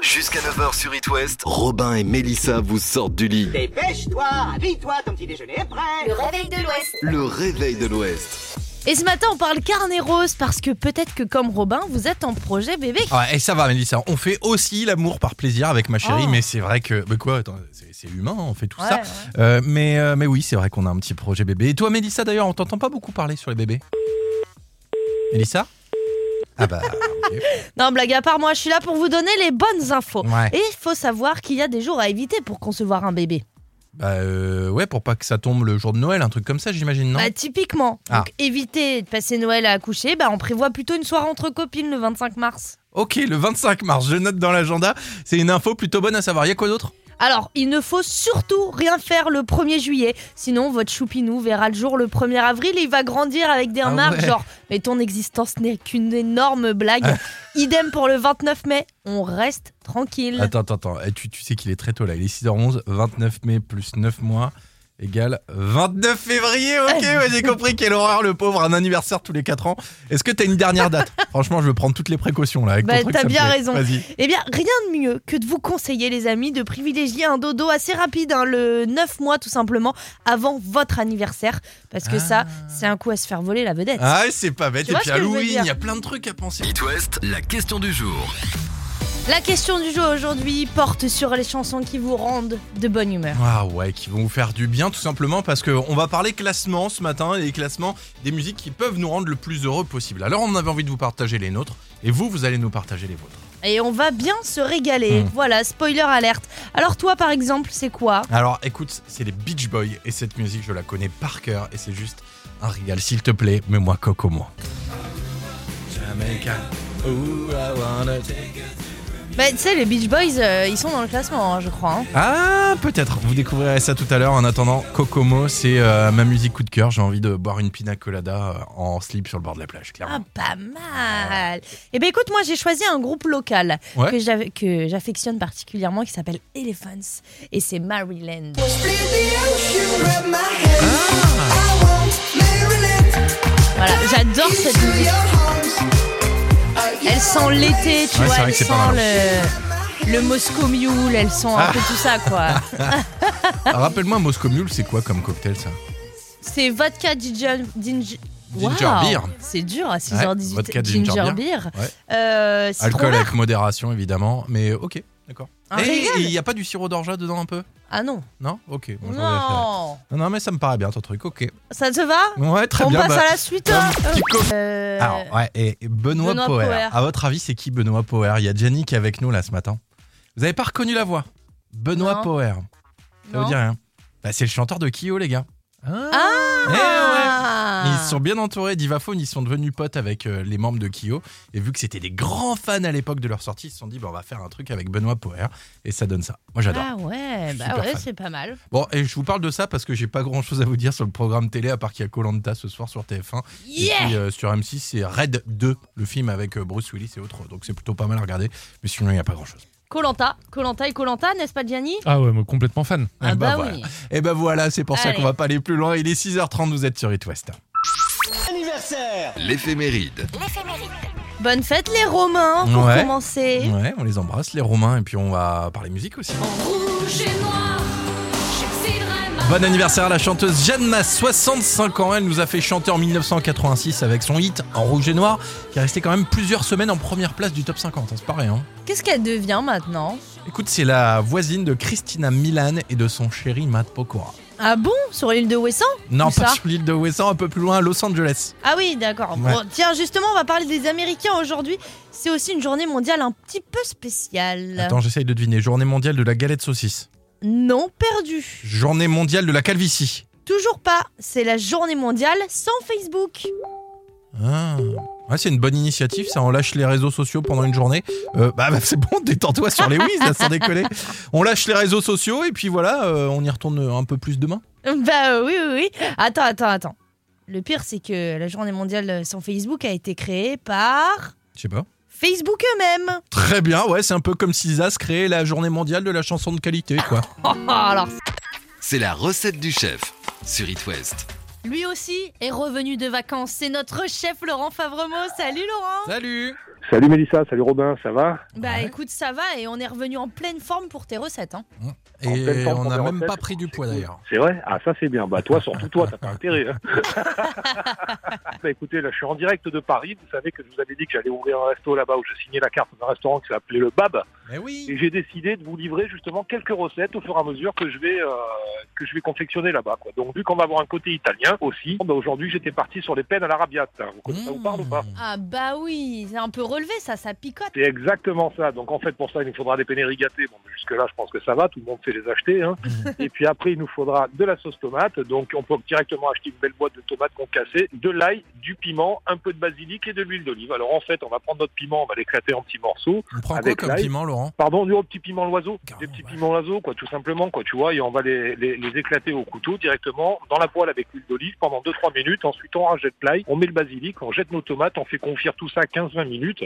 Jusqu'à 9h sur It West, Robin et Mélissa vous sortent du lit. Dépêche-toi, habille-toi, ton petit déjeuner est prêt. Le réveil de l'Ouest. Le réveil de l'Ouest. Et ce matin, on parle carnet rose parce que peut-être que comme Robin, vous êtes en projet bébé. Ouais, et ça va, Mélissa. On fait aussi l'amour par plaisir avec ma chérie, Oh. mais c'est vrai que. Mais quoi attends, c'est, c'est humain, on fait tout Ouais, ça. ouais. Euh, mais, euh, mais oui, c'est vrai qu'on a un petit projet bébé. Et toi, Mélissa, d'ailleurs, on t'entend pas beaucoup parler sur les bébés Mélissa Ah bah. ok. Non, blague à part, moi, je suis là pour vous donner les bonnes infos. Ouais. Et il faut savoir qu'il y a des jours à éviter pour concevoir un bébé. Bah, euh, ouais, pour pas que ça tombe le jour de Noël, un truc comme ça, j'imagine, non Bah, typiquement. Ah. Donc, éviter de passer Noël à accoucher, bah, on prévoit plutôt une soirée entre copines le 25 mars. Ok, le 25 mars, je note dans l'agenda. C'est une info plutôt bonne à savoir. Il y a quoi d'autre Alors, il ne faut surtout rien faire le 1er juillet, sinon votre choupinou verra le jour le 1er avril et il va grandir avec des Ah remarques ouais. genre « Mais ton existence n'est qu'une énorme blague ». Idem pour le 29 mai, on reste tranquille. Attends, attends, attends. Eh, Tu, tu sais qu'il est très tôt là. Il est 6h11, 29 mai plus 9 mois égale 29 février. Ok, ouais, j'ai compris. Quelle horreur, le pauvre, un anniversaire tous les 4 ans. Est-ce que t'as une dernière date Franchement, je veux prendre toutes les précautions là. Avec ton Bah, truc, t'as ça me bien plaît. raison. Vas-y. Eh bien, rien de mieux que de vous conseiller, les amis, de privilégier un dodo assez rapide, hein, le 9 mois tout simplement, avant votre anniversaire. Parce que ça, c'est un coup à se faire voler la vedette. Ah, c'est pas bête. Tu Et vois puis ce que je veux Halloween, dire il y a plein de trucs à penser. It West, la question du jour. La question du jeu aujourd'hui porte sur les chansons qui vous rendent de bonne humeur. Ah ouais, qui vont vous faire du bien tout simplement parce qu'on va parler classement ce matin et les classements des musiques qui peuvent nous rendre le plus heureux possible. Alors on avait envie de vous partager les nôtres et vous, vous allez nous partager les vôtres. Et on va bien se régaler. Hmm. Voilà, spoiler alerte. Alors toi, par exemple, c'est quoi Alors écoute, c'est les Beach Boys et cette musique je la connais par cœur et c'est juste un régal. S'il te plaît, mets-moi Coco moi. Jamaica. Ooh, I wanna take- Bah, tu sais, les Beach Boys, euh, ils sont dans le classement, hein, je crois. hein. Ah, peut-être. Vous découvrirez ça tout à l'heure. En attendant, Kokomo, c'est euh, ma musique coup de cœur. J'ai envie de boire une pina colada euh, en slip sur le bord de la plage, Ah, clairement. pas mal. Eh ben écoute, moi j'ai choisi un groupe local Ouais. que j'av- que j'affectionne particulièrement qui s'appelle Elephants et c'est Maryland. Voilà, j'adore cette musique. Elle sent l'été, tu Ouais, c'est vois, vrai elle que c'est sent pas mal. hein. le, le Moscow Mule, elle sent un peu tout ça quoi. Ah, Rappelle-moi, Moscow Mule, c'est quoi comme cocktail ça C'est vodka ginger, ginger, Ginger Waouh, beer. C'est dur à 6h18. vodka ginger ginger, beer. beer. Ouais. Euh, citron Alcool vert. avec modération, évidemment. Mais ok, d'accord. Un Et régal. il n'y a pas du sirop d'orgeat dedans un peu Ah non. Non Ok. bon, j'en ai fait. non. non, non, mais ça me paraît bien ton truc. Ok. Ça te va Ouais, très On bien. passe bah, à la suite. hein un petit co- Ah, Euh, Alors, ouais, et et Benoît, Benoît Poer. Poer. À votre avis, c'est qui Benoît Poer Il y a Jenny qui est avec nous là ce matin. Vous avez pas reconnu la voix Benoît Non. Poer. Ça non. vous dit rien Bah, C'est le chanteur de Kyo, les gars. Eh ouais. Ah Ils se sont bien entourés d'Ivaphone, ils sont devenus potes avec euh, les membres de Kyo. Et vu que c'était des grands fans à l'époque de leur sortie, ils se sont dit, bah, on va faire un truc avec Benoît Poer. Et ça donne ça. Moi, j'adore. Ah ouais, Je suis bah super ouais, fan. c'est pas mal. Bon, et je vous parle de ça parce que j'ai pas grand chose à vous dire sur le programme télé, à part qu'il y a Colanta ce soir sur TF1. Et Yeah puis euh, sur M6, c'est Red 2, le film avec euh, Bruce Willis et autres. Donc c'est plutôt pas mal à regarder. Mais sinon, il n'y a pas grand chose. Colanta, Colanta et Colanta, n'est-ce pas Gianni Ah bah Ah ouais, moi complètement fan. Eh ben voilà. oui. Et ben voilà, c'est pour ça Allez. qu'on va pas aller plus loin. Il est 6h30, vous êtes sur It West. Anniversaire L'éphéméride. L'éphéméride. Bonne fête les Romains pour Ouais. commencer. Ouais, on les embrasse, les Romains, et puis on va parler musique aussi. Bon anniversaire à la chanteuse Jeanne Masse, 65 ans. Elle nous a fait chanter en 1986 avec son hit En Rouge et Noir, qui est resté quand même plusieurs semaines en première place du top 50. hein, c'est pareil, hein. Qu'est-ce qu'elle devient maintenant Écoute, c'est la voisine de Christina Milan et de son chéri Matt Pokora. Ah bon Sur l'île de Wesson Non, Où pas ça sur l'île de Wesson, un peu plus loin, à Los Angeles. Ah oui, d'accord. Ouais. Bon, tiens, justement, on va parler des Américains aujourd'hui. C'est aussi une journée mondiale un petit peu spéciale. Attends, j'essaye de deviner. Journée mondiale de la galette saucisse. Non perdu. Journée mondiale de la calvitie. Toujours pas. C'est la journée mondiale sans Facebook. Ah. Ouais, c'est une bonne initiative, ça. On lâche les réseaux sociaux pendant une journée. Euh, bah, bah, c'est bon, détends-toi sur les oui, là, sans décoller. On lâche les réseaux sociaux et puis voilà, euh, on y retourne un peu plus demain. Bah euh, oui, oui, oui. Attends, attends, attends. Le pire, c'est que la journée mondiale sans Facebook a été créée par Je sais pas. Facebook eux-mêmes. Très bien, ouais, c'est un peu comme si Zaz créait la journée mondiale de la chanson de qualité, quoi. Oh, alors, C'est la recette du chef sur It West. lui aussi est revenu de vacances. C'est notre chef Laurent Favremo. Salut Laurent. Salut Salut Mélissa, salut Robin, ça va Bah Ah Ouais. écoute, ça va et on est revenu en pleine forme pour tes recettes. Hein. En pleine Et forme on pour n'a mes même pas recettes, pris du c'est poids cool. d'ailleurs. C'est vrai Ah ça c'est bien. Bah toi, surtout toi, t'as pas intérêt. hein. bah écoutez, là je suis en direct de Paris. Vous savez que je vous avais dit que j'allais ouvrir un resto là-bas où je signais la carte d'un restaurant qui s'appelait le Bab. Mais oui Et j'ai décidé de vous livrer justement quelques recettes au fur et à mesure que je vais euh, que je vais confectionner là-bas. quoi. Donc vu qu'on va avoir un côté italien aussi, bah, aujourd'hui j'étais parti sur les peines à l'arabiate. hein. Vous connaissez ça vous parle ou pas Mmh. Ah bah oui, c'est un peu relevé ça, ça picote. C'est exactement ça. Donc en fait, pour ça, il nous faudra des pénéries gâtées. Bon, jusque-là, je pense que ça va. Tout le monde sait les acheter. hein. Et puis après, il nous faudra de la sauce tomate. Donc on peut directement acheter une belle boîte de tomates concassées, de l'ail, du piment, un peu de basilic et de l'huile d'olive. Alors en fait, on va prendre notre piment, on va l'éclater en petits morceaux. On prend quoi Avec comme l'ail. piment, Laurent Pardon, du haut petit piment l'oiseau. Carrément, Des petits ouais. piments l'oiseau, quoi, tout simplement, quoi, tu vois. Et on va les, les, les éclater au couteau directement dans la poêle avec l'huile d'olive pendant 2-3 minutes. Ensuite, on rajette l'ail, on met le basilic, on jette nos tomates, on fait confire tout ça 15-20 minutes.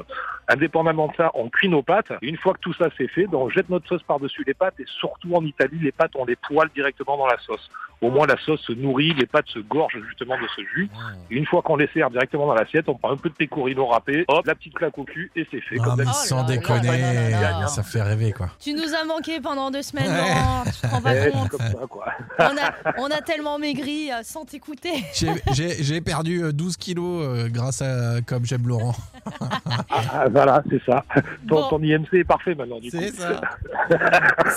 Indépendamment de ça, on cuit nos pâtes. Et une fois que tout ça c'est fait, ben, on jette notre sauce par-dessus les pâtes. Et surtout en Italie, les pâtes, on les poêle directement dans la sauce. Au moins, la sauce se nourrit, les pâtes se gorgent justement de ce jus. Et une fois qu'on les sert directement dans l'assiette, on prend un peu de pecorino râpé, hop, la petite claque au cul et c'est fait. Ah, Comme mais d'habitude. Oh sans là là là déconner, là là. ça fait rêver quoi. Tu nous as manqué pendant deux semaines, Ouais. Laurent, tu te rends pas Eh, c'est compte. comme ça, quoi. On a, on a tellement maigri euh, sans t'écouter. J'ai- J'ai j'ai perdu euh, 12 kilos euh, grâce à Comme j'aime Laurent. Ah, ah, voilà, c'est ça. Ton, Bon. ton IMC est parfait maintenant, du coup. C'est ça.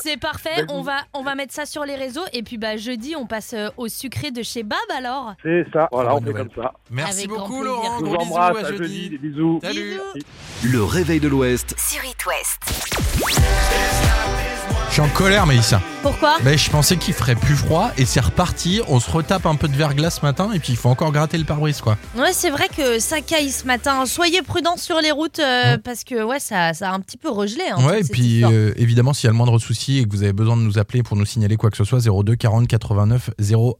C'est Bah, parfait, on va, on va mettre ça sur les réseaux et puis bah jeudi on passe euh, au sucré de chez Bab alors. C'est ça, Bonne voilà, Ah, on fait nouvelle. comme ça. Merci Avec grand beaucoup, plaisir. Laurent. Je Gros vous bisous, embrasse, à jeudi, des jeudi. bisous. Salut. Bisous. Le réveil de l'Ouest. sur It West. Je suis en colère, Mélissa. Pourquoi Ben, je pensais qu'il ferait plus froid et c'est reparti. On se retape un peu de verglas ce matin et puis il faut encore gratter le pare-brise quoi. Bah, Ouais, c'est vrai que ça caille ce matin. Soyez prudents sur les routes euh, parce que ouais, ça, ça a un petit peu regelé. hein, ouais, et toute cette puis histoire. euh, évidemment, s'il y a le moindre souci et que vous avez besoin de nous appeler pour nous signaler quoi que ce soit, 02 40 89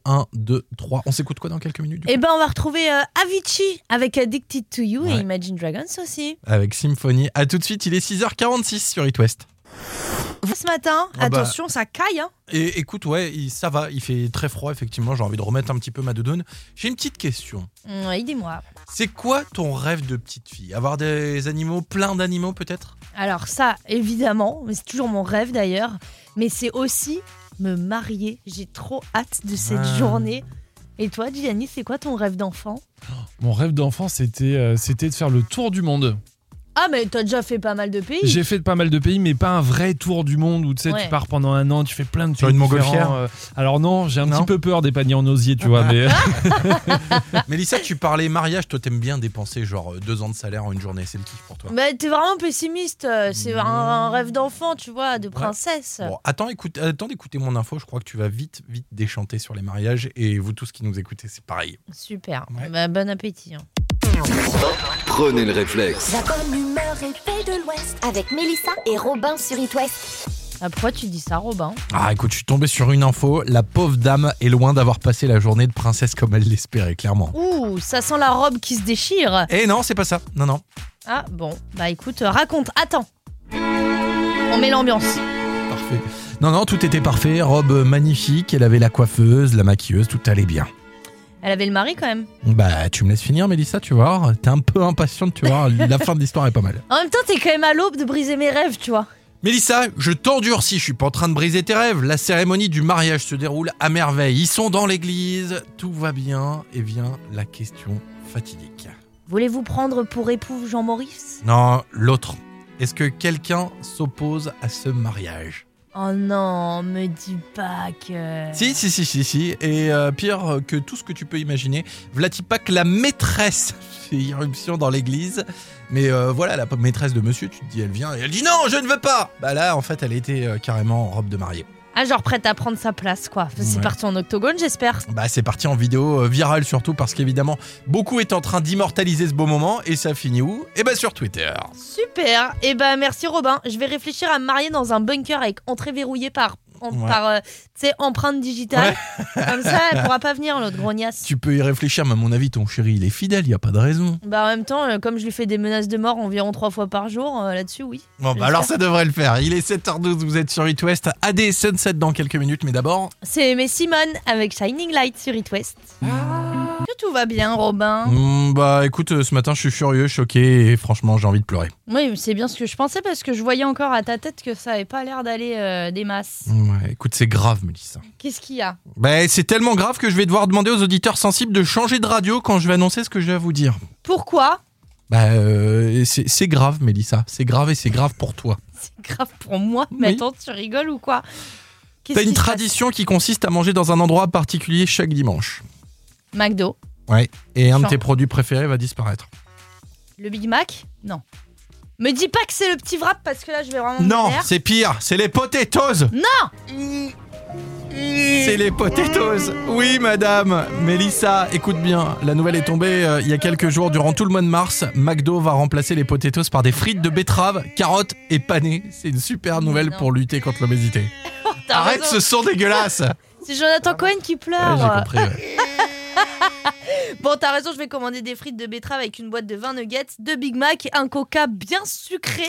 01 23. On s'écoute quoi dans quelques minutes du coup Eh ben, on va retrouver euh, Avicii avec Addicted to You et Ouais. Imagine Dragons aussi. Avec Symphonie. À tout de suite, il est 6h46 sur It West. Ce matin, Ah bah. attention, ça caille. Hein. Et écoute, ouais, il- ça va, il fait très froid, effectivement, j'ai envie de remettre un petit peu ma doudoune. J'ai une petite question. Mm, Aidez-moi. C'est quoi ton rêve de petite fille Avoir des animaux, plein d'animaux peut-être Alors ça, évidemment, mais c'est toujours mon rêve d'ailleurs. Mais c'est aussi me marier. J'ai trop hâte de cette Ah. journée. Et toi, Gianni, c'est quoi ton rêve d'enfant Mon rêve d'enfant, c'était euh, c'était de faire le tour du monde. Ah, mais t'as déjà fait pas mal de pays. J'ai fait pas mal de pays, mais pas un vrai tour du monde où tu sais, Ouais. tu pars pendant un an, tu fais plein de Sur pays une différents, montgolfière euh, alors non, j'ai un Non. petit peu peur des paniers en osier, tu vois, mais euh, Mélissa, tu parlais mariage, toi t'aimes bien dépenser genre euh, deux ans de salaire en une journée, c'est le kiff pour toi. Mais t'es vraiment pessimiste. euh, C'est un, un rêve d'enfant, tu vois, de Mmh. Ouais. princesse. Bon, attends, écoute, attends d'écouter mon info, je crois que tu vas vite, vite déchanter sur les mariages et vous tous qui nous écoutez, c'est pareil. Super. Ouais. Bah, bon appétit. hein. Prenez le réflexe. La bonne humeur et paix de l'Ouest avec Mélissa et Robin sur It West. Ah, pourquoi tu dis ça, Robin Ah écoute, je suis tombé sur une info, la pauvre dame est loin d'avoir passé la journée de princesse comme elle l'espérait, clairement. Ouh, ça sent la robe qui se déchire. Eh non, c'est pas ça, non, non. Ah bon, bah écoute, raconte, attends. On met l'ambiance. Parfait. Non, non, tout était parfait. Robe euh, magnifique, elle avait la coiffeuse, la maquilleuse, tout allait bien. Elle avait le mari quand même. Bah, tu me laisses finir, Mélissa, tu vois. T'es un peu impatiente, tu vois. La fin de l'histoire est pas mal. En même temps, t'es quand même à l'aube de briser mes rêves, tu vois. Mélissa, je t'endurcis, je suis pas en train de briser tes rêves. La cérémonie du mariage se déroule à merveille. Ils sont dans l'église, tout va bien. Et vient la question fatidique. Voulez-vous prendre pour époux Jean-Maurice Non, l'autre. Est-ce que quelqu'un s'oppose à ce mariage Oh non, me dis pas que. Si, si, si, si, si. Et euh, pire que tout ce que tu peux imaginer, Vlatipak, la maîtresse, fait irruption dans l'église. Mais euh, voilà, la maîtresse de monsieur, tu te dis, elle vient et elle dit non, je ne veux pas. Bah là, en fait, elle était euh, carrément en robe de mariée. Ah, genre prête à prendre sa place, quoi. C'est Ouais. parti en octogone, j'espère. Bah, c'est parti en vidéo euh, virale surtout parce qu'évidemment, beaucoup est en train d'immortaliser ce beau moment et ça finit où Eh bah, sur Twitter. Super. Et eh ben merci Robin. Je vais réfléchir à me marier dans un bunker avec entrée verrouillée par en- Ouais. par euh, tu sais, empreinte digitale. Comme ça, elle pourra pas venir l'autre grognasse. Tu peux y réfléchir, mais à mon avis, ton chéri, il est fidèle, il y a pas de raison. Bah en même temps, euh, comme je lui fais des menaces de mort environ trois fois par jour, euh, là-dessus, oui. Bon, Je bah l'espère. alors ça devrait le faire. Il est 7h12, vous êtes sur It West. AD Sunset dans quelques minutes, mais d'abord. Ah. C'est Aimé Simone avec Shining Light sur It West. que tout va bien, Robin Mm, bah écoute, euh, ce matin je suis furieux, choqué et franchement j'ai envie de pleurer. Oui, mais c'est bien ce que je pensais parce que je voyais encore à ta tête que ça avait pas l'air d'aller euh, des masses. Ouais, écoute, c'est grave, Mélissa. Qu'est-ce qu'il y a Bah c'est tellement grave que je vais devoir demander aux auditeurs sensibles de changer de radio quand je vais annoncer ce que je vais vous dire. Pourquoi Bah euh, c'est c'est grave, Mélissa. C'est grave et c'est grave pour toi. C'est grave pour moi. Mais Oui. attends, tu rigoles ou quoi Qu'est-ce T'as une qui se passe tradition qui consiste à manger dans un endroit particulier chaque dimanche. McDo. Ouais. Et un de Genre. tes produits préférés va disparaître. Le Big Mac Non. Me dis pas que c'est le petit wrap parce que là, je vais vraiment me Non, faire. c'est pire, c'est les potatoes Non C'est les potatoes Oui, madame Mélissa, écoute bien, la nouvelle est tombée euh, il y a quelques jours. Durant tout le mois de mars, McDo va remplacer les potatoes par des frites de betterave, carottes et panées. C'est une super nouvelle non. pour lutter contre l'obésité. T'as Arrête raison. Ah. ce son dégueulasse Ouais, C'est Jonathan Cohen qui pleure. j'ai compris. ouais. Bon, t'as raison, je vais commander des frites de betterave avec une boîte de 20 nuggets, deux Big Mac, un coca bien sucré.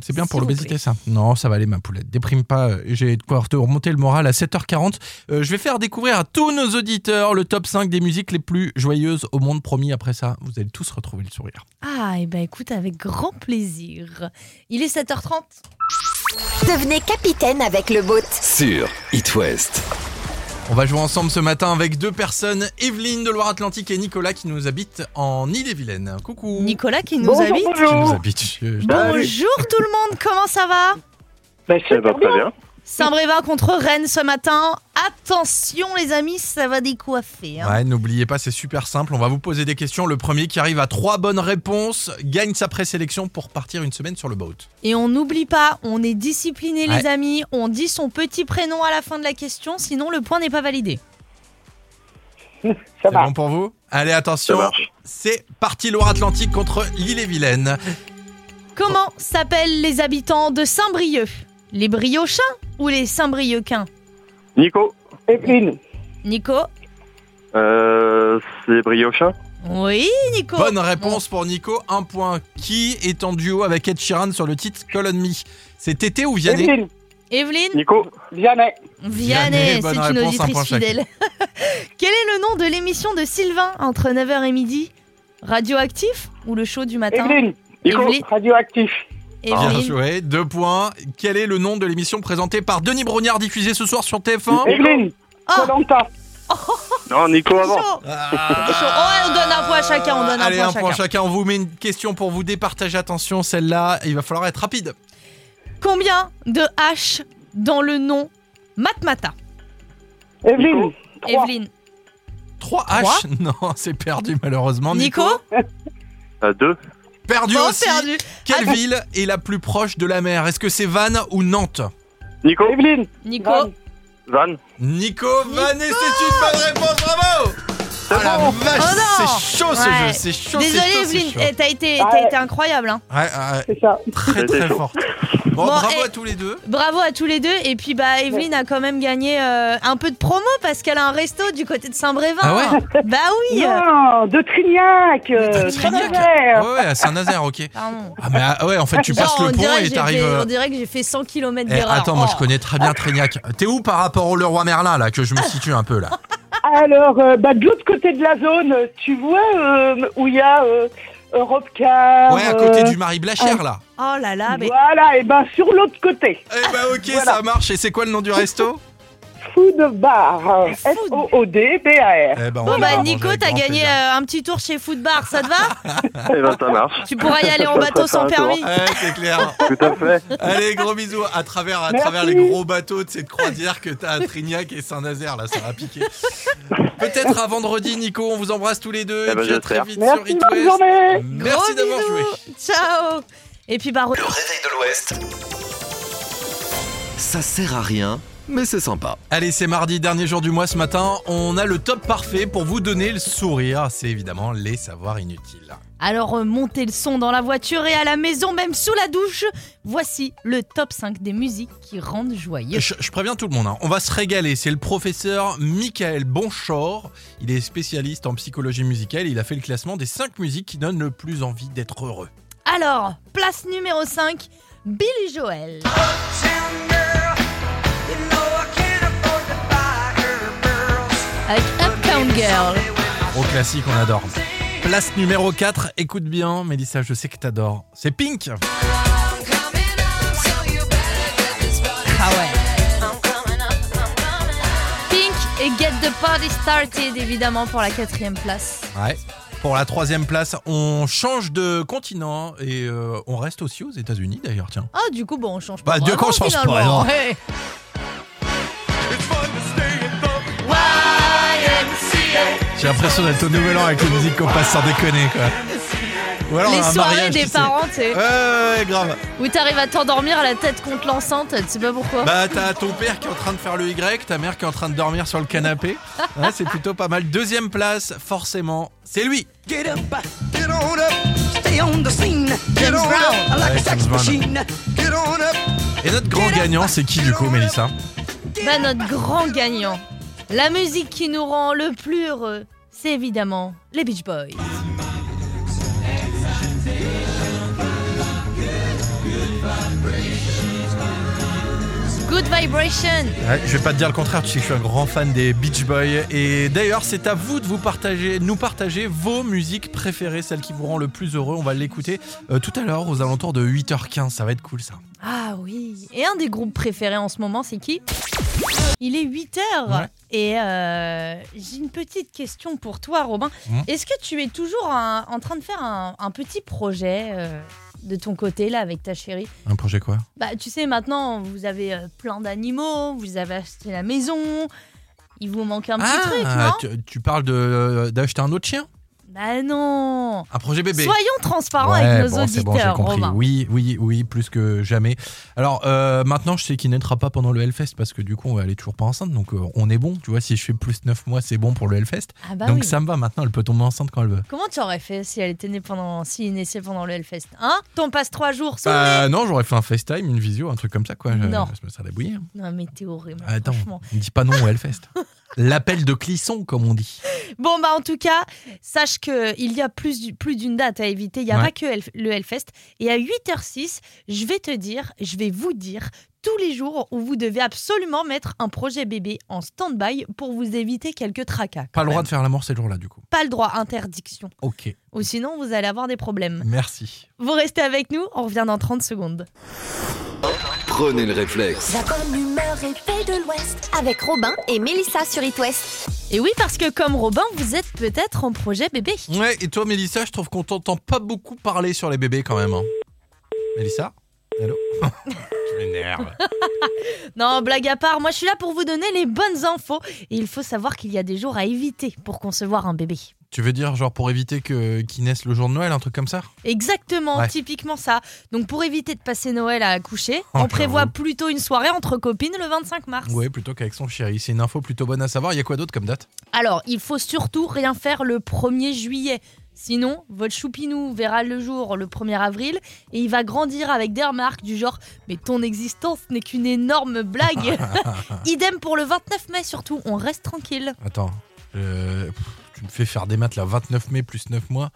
C'est bien pour S'il vous l'obésité, ça. Non, ça va aller, ma poulette. Déprime pas. euh, J'ai de quoi te remonter le moral à 7h40. Euh, je vais faire découvrir à tous nos auditeurs le top 5 des musiques les plus joyeuses au monde. Promis, après ça, vous allez tous retrouver le sourire. Ah, et ben écoute, avec grand plaisir. Il est 7h30. Devenez capitaine avec le boat. Sur It West. On va jouer ensemble ce matin avec deux personnes, Evelyne de Loire-Atlantique et Nicolas qui nous habitent en Ille-et-Vilaine. Coucou. Nicolas Bah. qui nous bonjour, habite. Qui nous bonjour. habite, je- je- Bonjour tout le monde, comment ça va Bah, Ça super va très bien. bien. Saint-Brévin contre Rennes ce matin. Attention les amis, ça va décoiffer. hein. Ouais, n'oubliez pas, c'est super simple. On va vous poser des questions. Le premier qui arrive à trois bonnes réponses gagne sa présélection pour partir une semaine sur le boat. Et on n'oublie pas, on est discipliné Ouais. les amis, on dit son petit prénom à la fin de la question, sinon le point n'est pas validé. Ça C'est va. bon pour vous Allez, Ça attention. marche. C'est parti Loire-Atlantique contre l'Ille-et-Vilaine. Comment s'appellent les habitants de Saint-Brieuc Les briochins ou les Saint-Brieuquins Nico, Evelyne, Nico euh, c'est Briochin. Oui Nico Bonne réponse pour Nico. Un point. Qui est en duo avec Ed Sheeran sur le titre Colon Me C'est Tété ou Vianney Evelyne, Evelyne Nico, jamais. Vianney, Vianney, bonne c'est une réponse, un point auditrice chacun. fidèle. Quel est le nom de l'émission de Sylvain entre 9h et midi Radioactif ou le show du matin Evelyne, Nico. Evelyne, radioactif. Ah, Bien Evelyne. joué, deux points. Quel est le nom de l'émission présentée par Denis Brognard diffusée ce soir sur TF1 Evelyne, Oh. Ah. Colanta. Non, Nico avant. Chaud. Ah. Chaud. Ouais, on donne un point à chacun, on donne un Allez, point à un point chacun. chacun. On vous met une question pour vous départager. Attention, celle-là, il va falloir être rapide. Combien de H dans le nom Matmata Evelyne, trois. Evelyne. 3 Trois. H Non, c'est perdu malheureusement. Nico Euh, deux. Perdu Bon, aussi. perdu. Quelle Ah. ville est la plus proche de la mer Est-ce que c'est Vannes ou Nantes Nico, Evelyne, Nico Van. Van. Nico, Vannes, et c'est une bonne réponse, bravo Ah la vache, Oh non c'est chaud ce Ouais. jeu, c'est chaud, c'est Désolée chaud, c'est Evelyne, chaud. eh, t'as été, Ah t'as ouais. été incroyable. hein. Ouais, ouais, c'est ça. très C'était très chaud. fort. Bon, Bon, bravo et- à tous les deux. Bravo à tous les deux. Et puis bah Evelyne a quand même gagné euh, un peu de promo parce qu'elle a un resto du côté de Saint-Brévin. Ah ouais bah oui. Non, de Trignac. euh, De Trignac. Saint-Nazaire. Ouais, ouais, à Saint-Nazaire, ok. Pardon. Ah mais ah, ouais, en fait, tu Genre, passes on le pont dirait que et j'ai t'arrives. fait- euh, On dirait que j'ai fait 100 km eh, d'erreur. attends, moi je Oh. connais très bien Trignac. T'es où par rapport au Leroy Merlin là que je me situe un peu là Alors, euh, bah, de l'autre côté de la zone, euh, tu vois euh, où il y a euh, Europe Car. Ouais, à côté euh, du Marie Blachère là. Oh là là, mais Voilà, et ben sur l'autre côté, Eh bah ok, Voilà. ça marche. Et c'est quoi le nom du resto Food Bar. Food. oh, S-O-O-D-B-A-R. Eh ben, on Bon va bah manger Nico, avec t'as grand gagné plaisir. euh, un petit tour chez Food Bar, ça te va Et ben, ça marche. Tu pourras y aller en bateau Ça sans fait un permis. Ouais, c'est clair. Tout à fait. Allez, gros bisous à travers, à Merci. travers les gros bateaux de cette croisière que t'as à Trignac et Saint-Nazaire, là, ça va piquer. Peut-être à vendredi, Nico, on vous embrasse tous les deux. Eh et ben, puis à très j'espère. vite sur Merci, It bonne West. journée. Merci Gros d'avoir joué. bisous. Ciao. Et puis bah re- Le réveil de l'Ouest. Ça sert à rien, mais c'est sympa. Allez, c'est mardi, dernier jour du mois ce matin. On a le top parfait pour vous donner le sourire. C'est évidemment les savoirs inutiles. Alors euh, montez le son dans la voiture et à la maison, même sous la douche. Voici le top 5 des musiques qui rendent joyeux. Je, je préviens tout le monde, hein, on va se régaler. C'est le professeur Michael Bonchor. Il est spécialiste en psychologie musicale. Il a fait le classement des 5 musiques qui donnent le plus envie d'être heureux. Alors, place numéro 5, Billy Joel. Avec Uptown Girl. Ok, classique, on adore. Place numéro 4, écoute bien, Mélissa, je sais que t'adores. C'est Pink Ah ouais. Pink et Get the Party Started, évidemment, pour la quatrième place. Ouais. Pour la troisième place, on change de continent et euh, on reste aussi aux États-Unis d'ailleurs, tiens. Ah, du coup, bon, on change pas. Bah, Dieu vraiment, qu'on change pas, finalement. non. Ouais. J'ai l'impression d'être au Nouvel An avec les musiques qu'on passe sans déconner, quoi. Ou alors Les on a un soirées mariage, des tu sais. parents, tu sais. Ouais, ouais, ouais, grave. Où t'arrives à t'endormir à la tête contre l'enceinte, tu sais pas pourquoi. Bah, t'as ton père qui est en train de faire le Y, ta mère qui est en train de dormir sur le canapé. Ouais, c'est plutôt pas mal. Deuxième place, forcément, c'est lui. Get up, get on up, stay on the scene. Get on up, like Ouais, a sex James Brown. machine. Get on up. Et notre grand gagnant, c'est qui du coup, Mélissa Bah, notre grand gagnant. La musique qui nous rend le plus heureux, c'est évidemment les Beach Boys. Good vibration. Ouais, je vais pas te dire le contraire, tu sais que je suis un grand fan des Beach Boys. Et d'ailleurs, c'est à vous de vous partager, nous partager vos musiques préférées, celles qui vous rendent le plus heureux. On va l'écouter euh, tout à l'heure aux alentours de 8h15. Ça va être cool ça. Ah oui. Et un des groupes préférés en ce moment, c'est qui Il est 8 heures. Ouais. Et euh, j'ai une petite question pour toi, Robin. Mhm. Est-ce que tu es toujours un- en train de faire un, un petit projet euh, de ton côté, là, avec ta chérie Un projet quoi Bah, tu sais, maintenant, vous avez euh, plein d'animaux, vous avez acheté la maison. Il vous manque un petit truc, non Ah, tu, tu parles de- euh, d'acheter un autre chien Bah non Un projet bébé Soyons transparents Ouais, avec nos bon, c'est bon, j'ai auditeurs, compris. Robin. Oui, oui, oui, plus que jamais. Alors euh, maintenant, je sais qu'il n'entrera pas pendant le Hellfest parce que du coup, elle est toujours pas enceinte, donc euh, on est bon. Tu vois, si je fais plus 9 mois, c'est bon pour le Hellfest. Ah bah donc oui. ça me va. Maintenant, elle peut tomber enceinte quand elle veut. Comment tu aurais fait si elle était née pendant, si il naissait pendant le Hellfest Hein T'en passes trois jours sans Bah non, j'aurais fait un FaceTime, une visio, un truc comme ça, quoi. Je, Non. je me serais débrouillé. Ah, Non mais t'es horrible, Attends, franchement. on dit pas non au Hellfest. L'appel de Clisson, comme on dit. Bon bah en tout cas, sache qu'il y a plus du- plus d'une date à éviter. Il n'y a Ouais. pas que Hellf- le Hellfest. Et à 8h06, je vais te dire, je vais vous dire tous les jours où vous devez absolument mettre un projet bébé en stand-by pour vous éviter quelques tracas. Pas le droit de faire l'amour ces jours-là, du coup. Pas le droit, interdiction. Ok, Ou sinon, vous allez avoir des problèmes. merci. Vous restez avec nous, on revient dans 30 secondes. Prenez le réflexe. La bonne humeur et paix de l'Ouest avec Robin et Mélissa sur It West. Et oui, parce que comme Robin, vous êtes peut-être en projet bébé. Ouais, et toi, Mélissa, je trouve qu'on t'entend pas beaucoup parler sur les bébés quand même. hein. Mélissa Allô Tu m'énerves. Non, blague à part, moi je suis là pour vous donner les bonnes infos. Et il faut savoir qu'il y a des jours à éviter pour concevoir un bébé. Tu veux dire, genre, pour éviter que qu'ils naissent le jour de Noël, un truc comme ça Exactement, Ouais. typiquement ça. Donc pour éviter de passer Noël à accoucher, Oh, on prévoit j'avoue. plutôt une soirée entre copines le 25 mars. Ouais, plutôt qu'avec son chéri. C'est une info plutôt bonne à savoir. Il y a quoi d'autre comme date Alors, il faut surtout rien faire le 1er juillet. Sinon, votre choupinou verra le jour le 1er avril et il va grandir avec des remarques du genre Mais ton existence n'est qu'une énorme blague. Idem pour le 29 mai surtout, on reste tranquille. Attends, euh, pff, tu me fais faire des maths là. 29 mai plus 9 mois.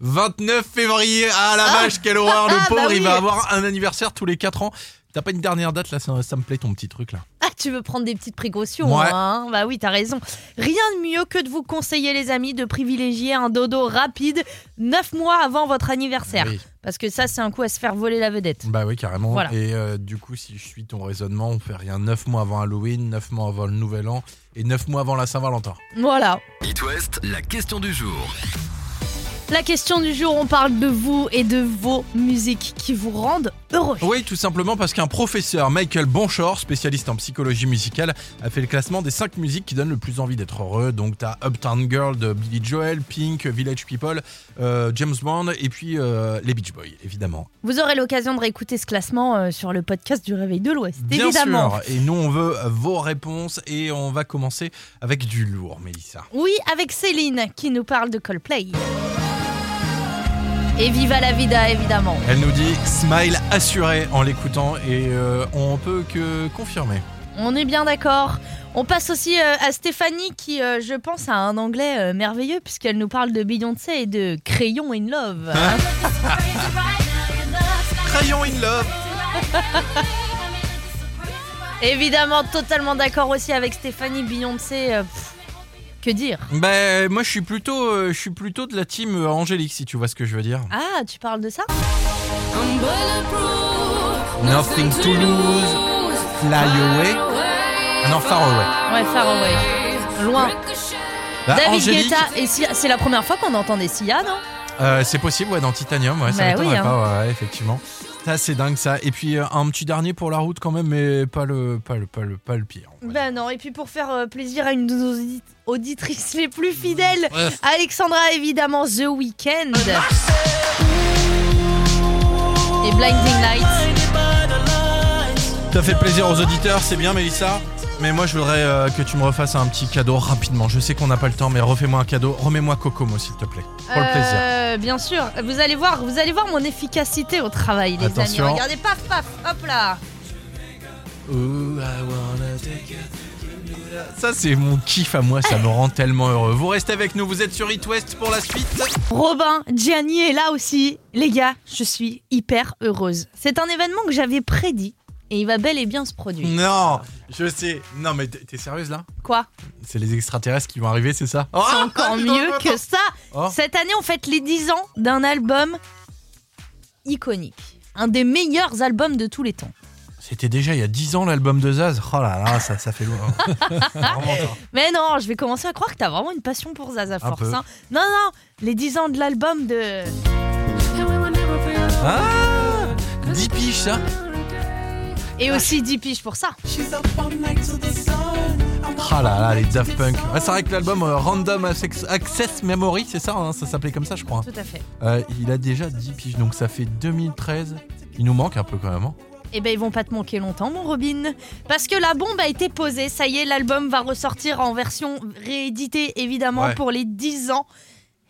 29 février Ah la Ah. vache, quelle horreur Le Ah, bah pauvre, il oui. va avoir un anniversaire tous les 4 ans. T'as pas une dernière date là Ça, ça me plaît ton petit truc là. Ah, tu veux prendre des petites précautions, Ouais. hein Bah oui, t'as raison. Rien de mieux que de vous conseiller, les amis, de privilégier un dodo rapide 9 mois avant votre anniversaire. Oui. Parce que ça, c'est un coup à se faire voler la vedette. Bah oui, carrément. Voilà. Et euh, du coup, si je suis ton raisonnement, on fait rien 9 mois avant Halloween, 9 mois avant le Nouvel An et 9 mois avant la Saint-Valentin. Voilà. It West, la question du jour. La question du jour, on parle de vous et de vos musiques qui vous rendent heureux. Oui, tout simplement parce qu'un professeur, Michael Bonchor, spécialiste en psychologie musicale, a fait le classement des 5 musiques qui donnent le plus envie d'être heureux. Donc t'as Uptown Girl de Billy Joel, Pink, Village People, euh, James Bond et puis euh, les Beach Boys, évidemment. Vous aurez l'occasion de réécouter ce classement euh, sur le podcast du Réveil de l'Ouest, Bien évidemment. sûr. Et nous, on veut vos réponses et on va commencer avec du lourd, Mélissa. Oui, avec Céline qui nous parle de Coldplay. Et Viva la Vida, évidemment. Elle nous dit smile assuré en l'écoutant et euh, on peut que confirmer. On est bien d'accord. On passe aussi euh, à Stéphanie qui, euh, je pense, a un anglais euh, merveilleux puisqu'elle nous parle de Beyoncé et de Crayon in Love. hein. Crayon in love. Évidemment, totalement d'accord aussi avec Stéphanie Beyoncé. euh, pff, Que dire Ben, moi, je suis plutôt, euh, je suis plutôt de la team euh, Angélique, si tu vois ce que je veux dire. Ah, tu parles de ça Nothing to lose, fly away. Ah non, far away. Ouais, far away. Loin. Bah, David Angélique, Guetta et Sia. C'est la première fois qu'on entendait Sia, non euh, c'est possible, ouais, dans Titanium, ouais, ça Bah m'étonnerait oui, hein. pas, ouais, effectivement. Ça, c'est dingue, ça. Et puis, euh, un petit dernier pour la route, quand même, mais pas le, pas le, pas le, pas le pire. on va dire. Ben non, et puis pour faire euh, plaisir à une de nos audit- auditrices les plus fidèles, Bref. Alexandra évidemment The Weeknd. Et Blinding Lights. Ça fait plaisir aux auditeurs, c'est bien Mélissa. Mais moi je voudrais euh, que tu me refasses un petit cadeau rapidement. Je sais qu'on n'a pas le temps, mais refais-moi un cadeau. Remets-moi Kokomo s'il te plaît. Pour le plaisir. Euh, bien sûr, vous allez voir, vous allez voir mon efficacité au travail, les Attention. amis. Regardez, paf, paf, hop là. Ça c'est mon kiff à moi, ça me rend tellement heureux. Vous restez avec nous, vous êtes sur It West pour la suite. Robin, Gianni est là aussi. Les gars, je suis hyper heureuse. C'est un événement que j'avais prédit et il va bel et bien se produire. Non, je sais. Non mais t'es t'es sérieuse là Quoi C'est les extraterrestres qui vont arriver, c'est ça C'est Mm. Ah, encore dis donc, mieux que ça. Oh. Cette année, on fête les 10 ans d'un album iconique. Un des meilleurs albums de tous les temps. C'était déjà il y a 10 ans l'album de Zaz. Oh là là, ça, ça fait loin. Vraiment, ça. Mais non, je vais commencer à croire que t'as vraiment une passion pour Zaza Un Force. peu. hein. Non, non, les 10 ans de l'album de. Ah 10 piges ça Et aussi 10 piges pour ça. Ah là là, les Daft Punk. Ouais, c'est vrai que l'album euh, Random Access- Access Memory, c'est ça, hein, ça s'appelait comme ça, je crois. Tout à fait. Euh, il a déjà 10 piges, donc ça fait 2013. Il nous manque un peu quand même. hein. Eh ben, ils vont pas te manquer longtemps, mon Robin. Parce que la bombe a été posée. Ça y est, l'album va ressortir en version rééditée, évidemment, Ouais. pour les 10 ans.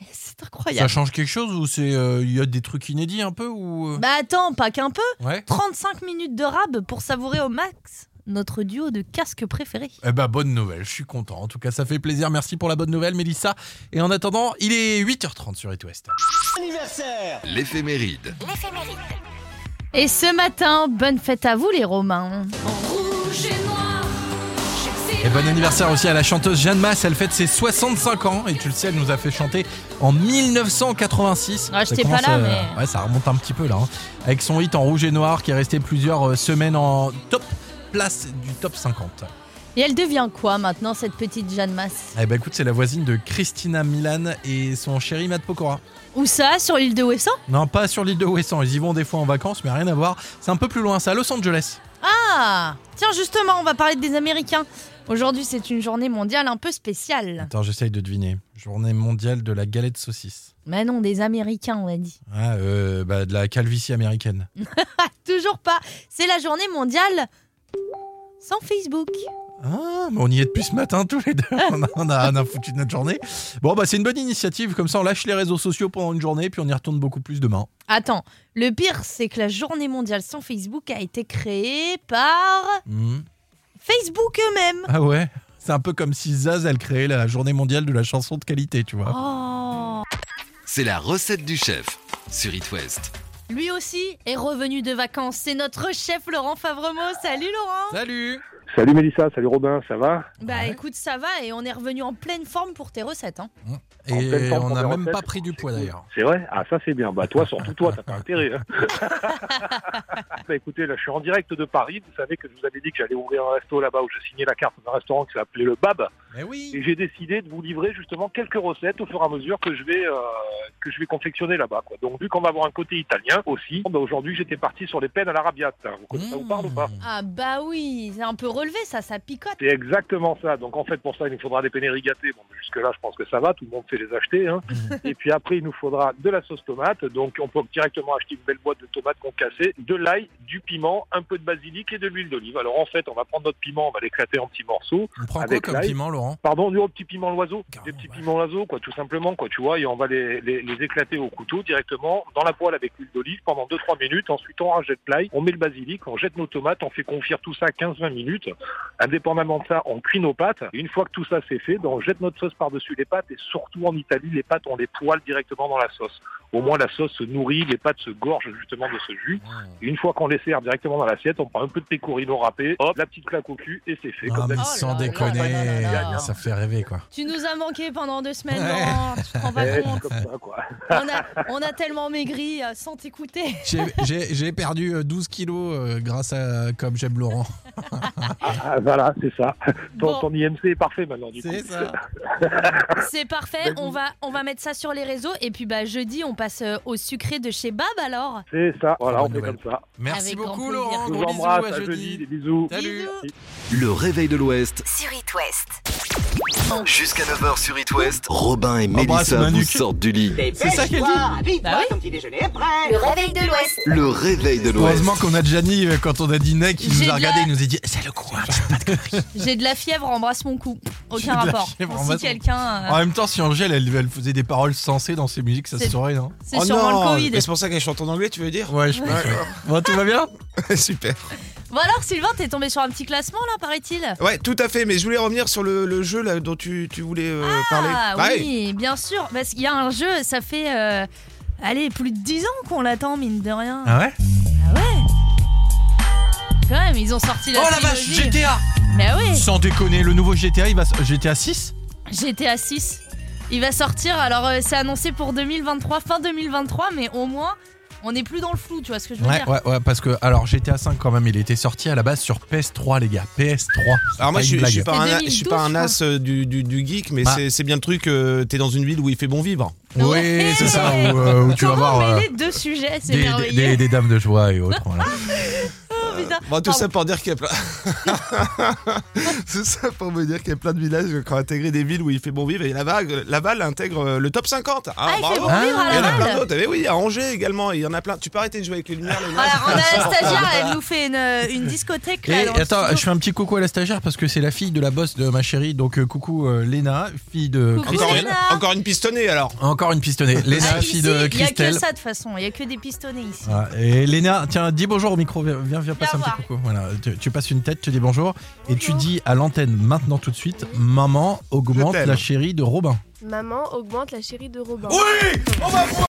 Eh, C'est Ça incroyable. change quelque chose ou c'est euh, il y a des trucs inédits un peu ou euh, Bah attends, pas qu'un peu. ouais. 35 minutes de rab pour savourer au max notre duo de casques préférés. Eh bah bonne nouvelle, je suis content. En tout cas, ça fait plaisir. Merci pour la bonne nouvelle, Mélissa. Et en attendant, il est 8h30 sur It West. l'éphéméride. L'éphéméride. Et ce matin, bonne fête à vous les Romains. Et bon anniversaire aussi à la chanteuse Jeanne Masse. Elle fête ses 65 ans. Et tu le sais, elle nous a fait chanter en 1986. Ouais, Ça j'étais pas commence là, à- mais- Ouais, ça remonte un petit peu là. hein. Avec son hit en rouge et noir qui est resté plusieurs euh, semaines en top place du top 50. Et elle devient quoi maintenant cette petite Jeanne Masse Eh ben écoute, c'est la voisine de Christina Milan et son chéri Matt Pokora. Où ça Sur l'île de Wesson Non, pas sur l'île de Wesson. Ils y vont des fois en vacances, mais rien à voir. C'est un peu plus loin, c'est à Los Angeles. Ah Tiens justement, on va parler des Américains. Aujourd'hui c'est une journée mondiale un peu spéciale. Attends, j'essaye de deviner. Journée mondiale de la galette saucisse. Mais non, des Américains on a dit. Ah, euh, bah, de la calvitie américaine. Ah, toujours pas C'est la journée mondiale sans Facebook. Ah, mais on y est depuis ce matin tous les deux. On a, on a- on a foutu notre journée. Bon, bah c'est une bonne initiative. Comme ça, on lâche les réseaux sociaux pendant une journée, puis on y retourne beaucoup plus demain. Attends, le pire c'est que la journée mondiale sans Facebook a été créée par Mhm. Facebook eux-mêmes. Ah ouais C'est un peu comme si Zaz, elle créait la journée mondiale de la chanson de qualité, tu vois. Oh C'est la recette du chef sur It West. Lui aussi est revenu de vacances. C'est notre chef Laurent Favremo. Salut Laurent Salut Salut Mélissa, salut Robin, ça va Bah Ouais. écoute, ça va et on est revenu en pleine forme pour tes recettes. hein. En Et pleine forme on pour n'a des même recettes. pas pris du poids d'ailleurs. C'est vrai Ah ça c'est bien. Bah toi, surtout toi, t'as pas intérêt. hein. bah écoutez, là je suis en direct de Paris. Vous savez que je vous avais dit que j'allais ouvrir un resto là-bas où je signais la carte d'un restaurant qui s'appelait le Bab. Mais oui Et j'ai décidé de vous livrer justement quelques recettes au fur et à mesure que je vais, euh, que je vais confectionner là-bas. quoi. Donc vu qu'on va avoir un côté italien aussi, bah, aujourd'hui j'étais parti sur les peines à l'arabiate. hein. Vous Mmh. connaissez, ça vous parle ou pas Ah bah oui, c'est un peu relevé ça, ça picote. c'est exactement ça. Donc en fait, pour ça, il nous faudra des penne rigatées. Bon, jusque-là, je pense que ça va. Tout le monde sait les acheter. hein. Et puis après, il nous faudra de la sauce tomate. Donc on peut directement acheter une belle boîte de tomates concassées, de l'ail, du piment, un peu de basilic et de l'huile d'olive. Alors en fait, on va prendre notre piment, on va l'éclater en petits morceaux. On prend quoi Avec comme l'ail. piment, Laurent Pardon, du haut petit piment l'oiseau. Carrément, Des petits ouais. piments l'oiseau, quoi, tout simplement, quoi, tu vois. Et on va les, les- les éclater au couteau directement dans la poêle avec l'huile d'olive pendant 2-3 minutes. Ensuite, on rajoute l'ail, on met le basilic, on jette nos tomates, on fait confire tout ça 15-20 minutes. Indépendamment de ça, on cuit nos pâtes. Et une fois que tout ça c'est fait, ben, on jette notre sauce par-dessus les pâtes et surtout surtout en Italie, les pâtes, on les poêle directement dans la sauce. Au moins, la sauce se nourrit, les pâtes se gorgent justement de ce jus. Et une fois qu'on les sert directement dans l'assiette, on prend un peu de pecorino râpé, hop, la petite claque au cul, et c'est fait. Ah, Comme mais Oh d'habitude. sans là là déconner, euh, là là là là. ça fait rêver quoi. Tu nous as manqué pendant deux semaines, Laurent, tu te rends pas Eh, compte. c'est comme ça, quoi. On a, on a tellement maigri euh, sans t'écouter. J'ai- J'ai j'ai perdu euh, 12 kilos euh, grâce à Comme j'aime Laurent. Ah, ah, voilà, c'est ça. Ton, Bon. ton IMC est parfait maintenant, du coup. ça. C'est parfait, on va, on va mettre ça sur les réseaux et puis bah jeudi on passe euh, au sucré de chez Bab alors. C'est ça, voilà, Bonne on fait nouvelle. comme ça. Merci Avec grand beaucoup plaisir. Laurent, Je vous gros bisous, embrasse, à jeudi. des bisous. Salut. Bisous. Le réveil de l'Ouest, sur It West. jusqu'à 9h sur It West, Robin et Embrasse Mélissa Manu. vous sortent du lit. C'est ça qu'elle dit Bah oui, Le réveil de l'Ouest. Le réveil de l'Ouest. Heureusement qu'on a Gianni, euh, quand on a dit Nec, il J'ai nous de a regardé, la- il nous a dit C'est le coup. j'ai de la fièvre, embrasse mon cou. J'ai de Aucun la rapport. fièvre, Bon, embrasse si mon Oh quelqu'un. euh, En même temps, si Angèle, elle, elle faisait des paroles sensées dans ses musiques, ça se C'est- saurait, hein. non C'est sûrement le Covid. Oh C'est pour ça qu'elle chante en anglais, tu veux dire Ouais, je pense. Bon, tout va bien Super. Bon alors Sylvain, t'es tombé sur un petit classement là, paraît-il Ouais, tout à fait, mais je voulais revenir sur le, le jeu là, dont tu, tu voulais euh, parler. Ah Ouais. oui, bien sûr, parce qu'il y a un jeu, ça fait euh, allez, plus de 10 ans qu'on l'attend mine de rien. Ah ouais Ah ouais Quand même, ils ont sorti la Oh la vache, trilogie. GTA Mais ah oui, Sans déconner, le nouveau GTA, il va. s- GTA 6 GTA 6. Il va sortir, alors euh, c'est annoncé pour 2023, fin 2023, mais au moins, on n'est plus dans le flou, tu vois ce que je veux Ouais, dire ouais, ouais, parce que, alors, GTA 5, quand même, il était sorti à la base sur PS3, les gars. PS3. Alors moi Pas je, une suis- je suis blague. pas un, C'est as- je suis pas 2012, un as euh, du, du- du geek, mais Ah. c'est- c'est bien le truc, euh, t'es dans une ville où il fait bon vivre. Oui, Ouais. c'est ça, où, euh, où tu vas Comment voir euh, mêler deux sujets, c'est des, des- merveilleux. des- des dames de joie et autres. voilà. Oh, putain. Bon, tout Pardon. ça pour dire qu'il y a plein... tout ça pour me dire qu'il y a plein de villages qui ont intégré des villes où il fait bon vivre et Laval, Laval intègre euh, le top 50. Ah, il fait bravo. bon vivre à Il y en a plein Laval d'autres. Mais oui, à Angers également, il y en a plein. Tu peux arrêter de jouer avec les lumières. les Voilà, lumières, on a ça la sort. stagiaire, elle nous fait une, une discothèque. Là, Et dans le attends, je studio. fais un petit coucou à la stagiaire parce que c'est la fille de la boss de ma chérie. Donc, euh, coucou euh, Léna, fille de Coucou. Encore Léna. une, encore une pistonnée alors. Encore une pistonnée. Léna, Ah, fille ici, de Il y a que Christelle. ça de toute façon, il y a que des pistonnés ici. Ah, et Léna, tiens, dis bonjour au micro. Viens, viens, viens passer un petit voir. coucou. Voilà, tu, tu passes une tête, tu dis bonjour, et tu Bonjour. dis à l'antenne maintenant tout de suite Maman augmente Je t'aime. la chérie de Robin. Maman augmente la chérie de Robin.